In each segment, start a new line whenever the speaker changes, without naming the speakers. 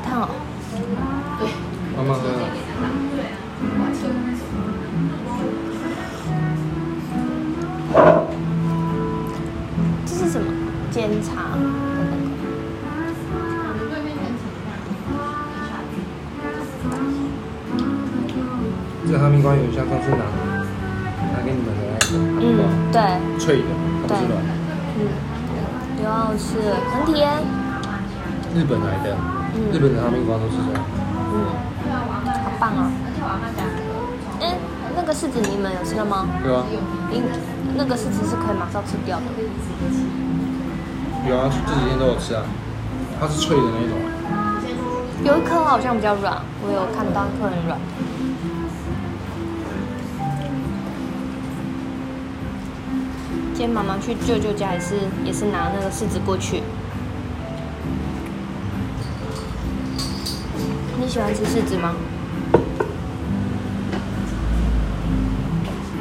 哦
么的。
这是什么？监察的那个。
这哈密瓜有点像上次拿拿给你们的那个哈
嗯，对，
密瓜，脆的，它不是
对
软的，
嗯，有好吃，很甜。
日本来的，
嗯
日本的哈密瓜都是这样。
嗯，好棒哦。嗯，那个柿子你们有吃了吗？
对啊，
应那个柿子是可以马上吃掉的。
有啊，这几天都有吃啊，它是脆的那一种啊。
有一颗好像比较软，我有看到一颗很软。今天妈妈去舅舅家也是也是拿那个柿子过去。你喜欢吃柿子吗？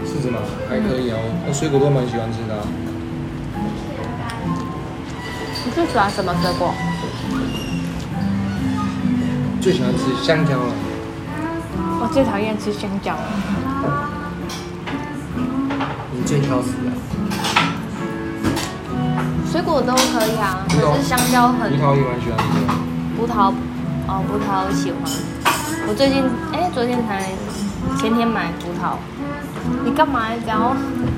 柿子嘛，还可以啊，我我水果都蛮喜欢吃的、啊。
你最喜欢什么水果？
最喜欢吃香蕉了，
我最讨厌吃香蕉了。
你最挑食的，
水果都可以啊，
葡萄
可是香蕉很
葡萄也蛮喜欢吃的。
葡萄，哦，葡萄喜欢。我最近，哎、昨天才，前天买葡萄。你干嘛讲？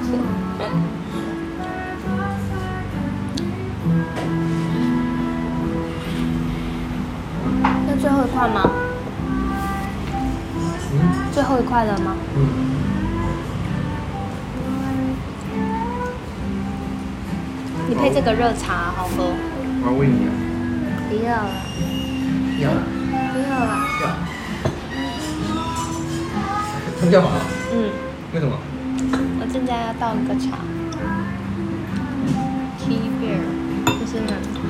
那最后一块吗？
嗯
最后一块了吗？
嗯，
你配这个热茶好喝。
我要喂你啊。
不要了，
要
不要了。
要。 他们干嘛？
嗯，
为什么？
我正在要倒一个茶。Tea beer，就是那种